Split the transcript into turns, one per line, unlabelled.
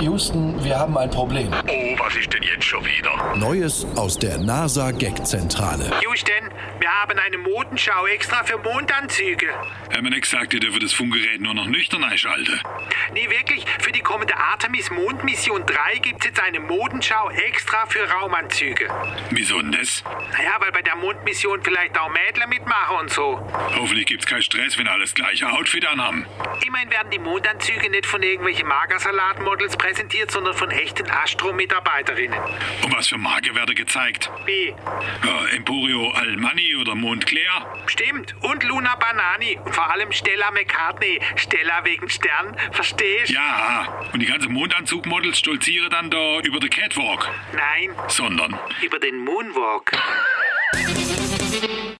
Houston, wir haben ein Problem.
Oh, was ist denn jetzt schon wieder?
Neues aus der NASA Gag Zentrale.
Houston, wir haben eine Modenschau extra für Mondanzüge.
Haben wir nicht gesagt, ihr dürft das Funkgerät nur noch nüchtern einschalten?
Nee, wirklich, für die kommende Artemis Mondmission 3 gibt's jetzt eine Modenschau extra für Raumanzüge.
Wieso denn das?
Naja, weil bei der Mondmission vielleicht auch Mädler mitmachen und so.
Hoffentlich gibt's keinen Stress, wenn alles gleiche Outfit anhaben.
Immerhin werden die Mondanzüge nicht von irgendwelchen Magersalatmodels präsentiert, sondern von echten Astro-Mitarbeiterinnen.
Und was für Marke werde gezeigt?
Wie?
Ja, Emporio Almani oder Montclair?
Stimmt. Und Luna Banani. Und vor allem Stella McCartney. Stella wegen Stern. Verstehst?
Ja, und die ganzen Mondanzugmodels stolziere dann da über den Catwalk.
Nein,
Sondern,
über den Moonwalk.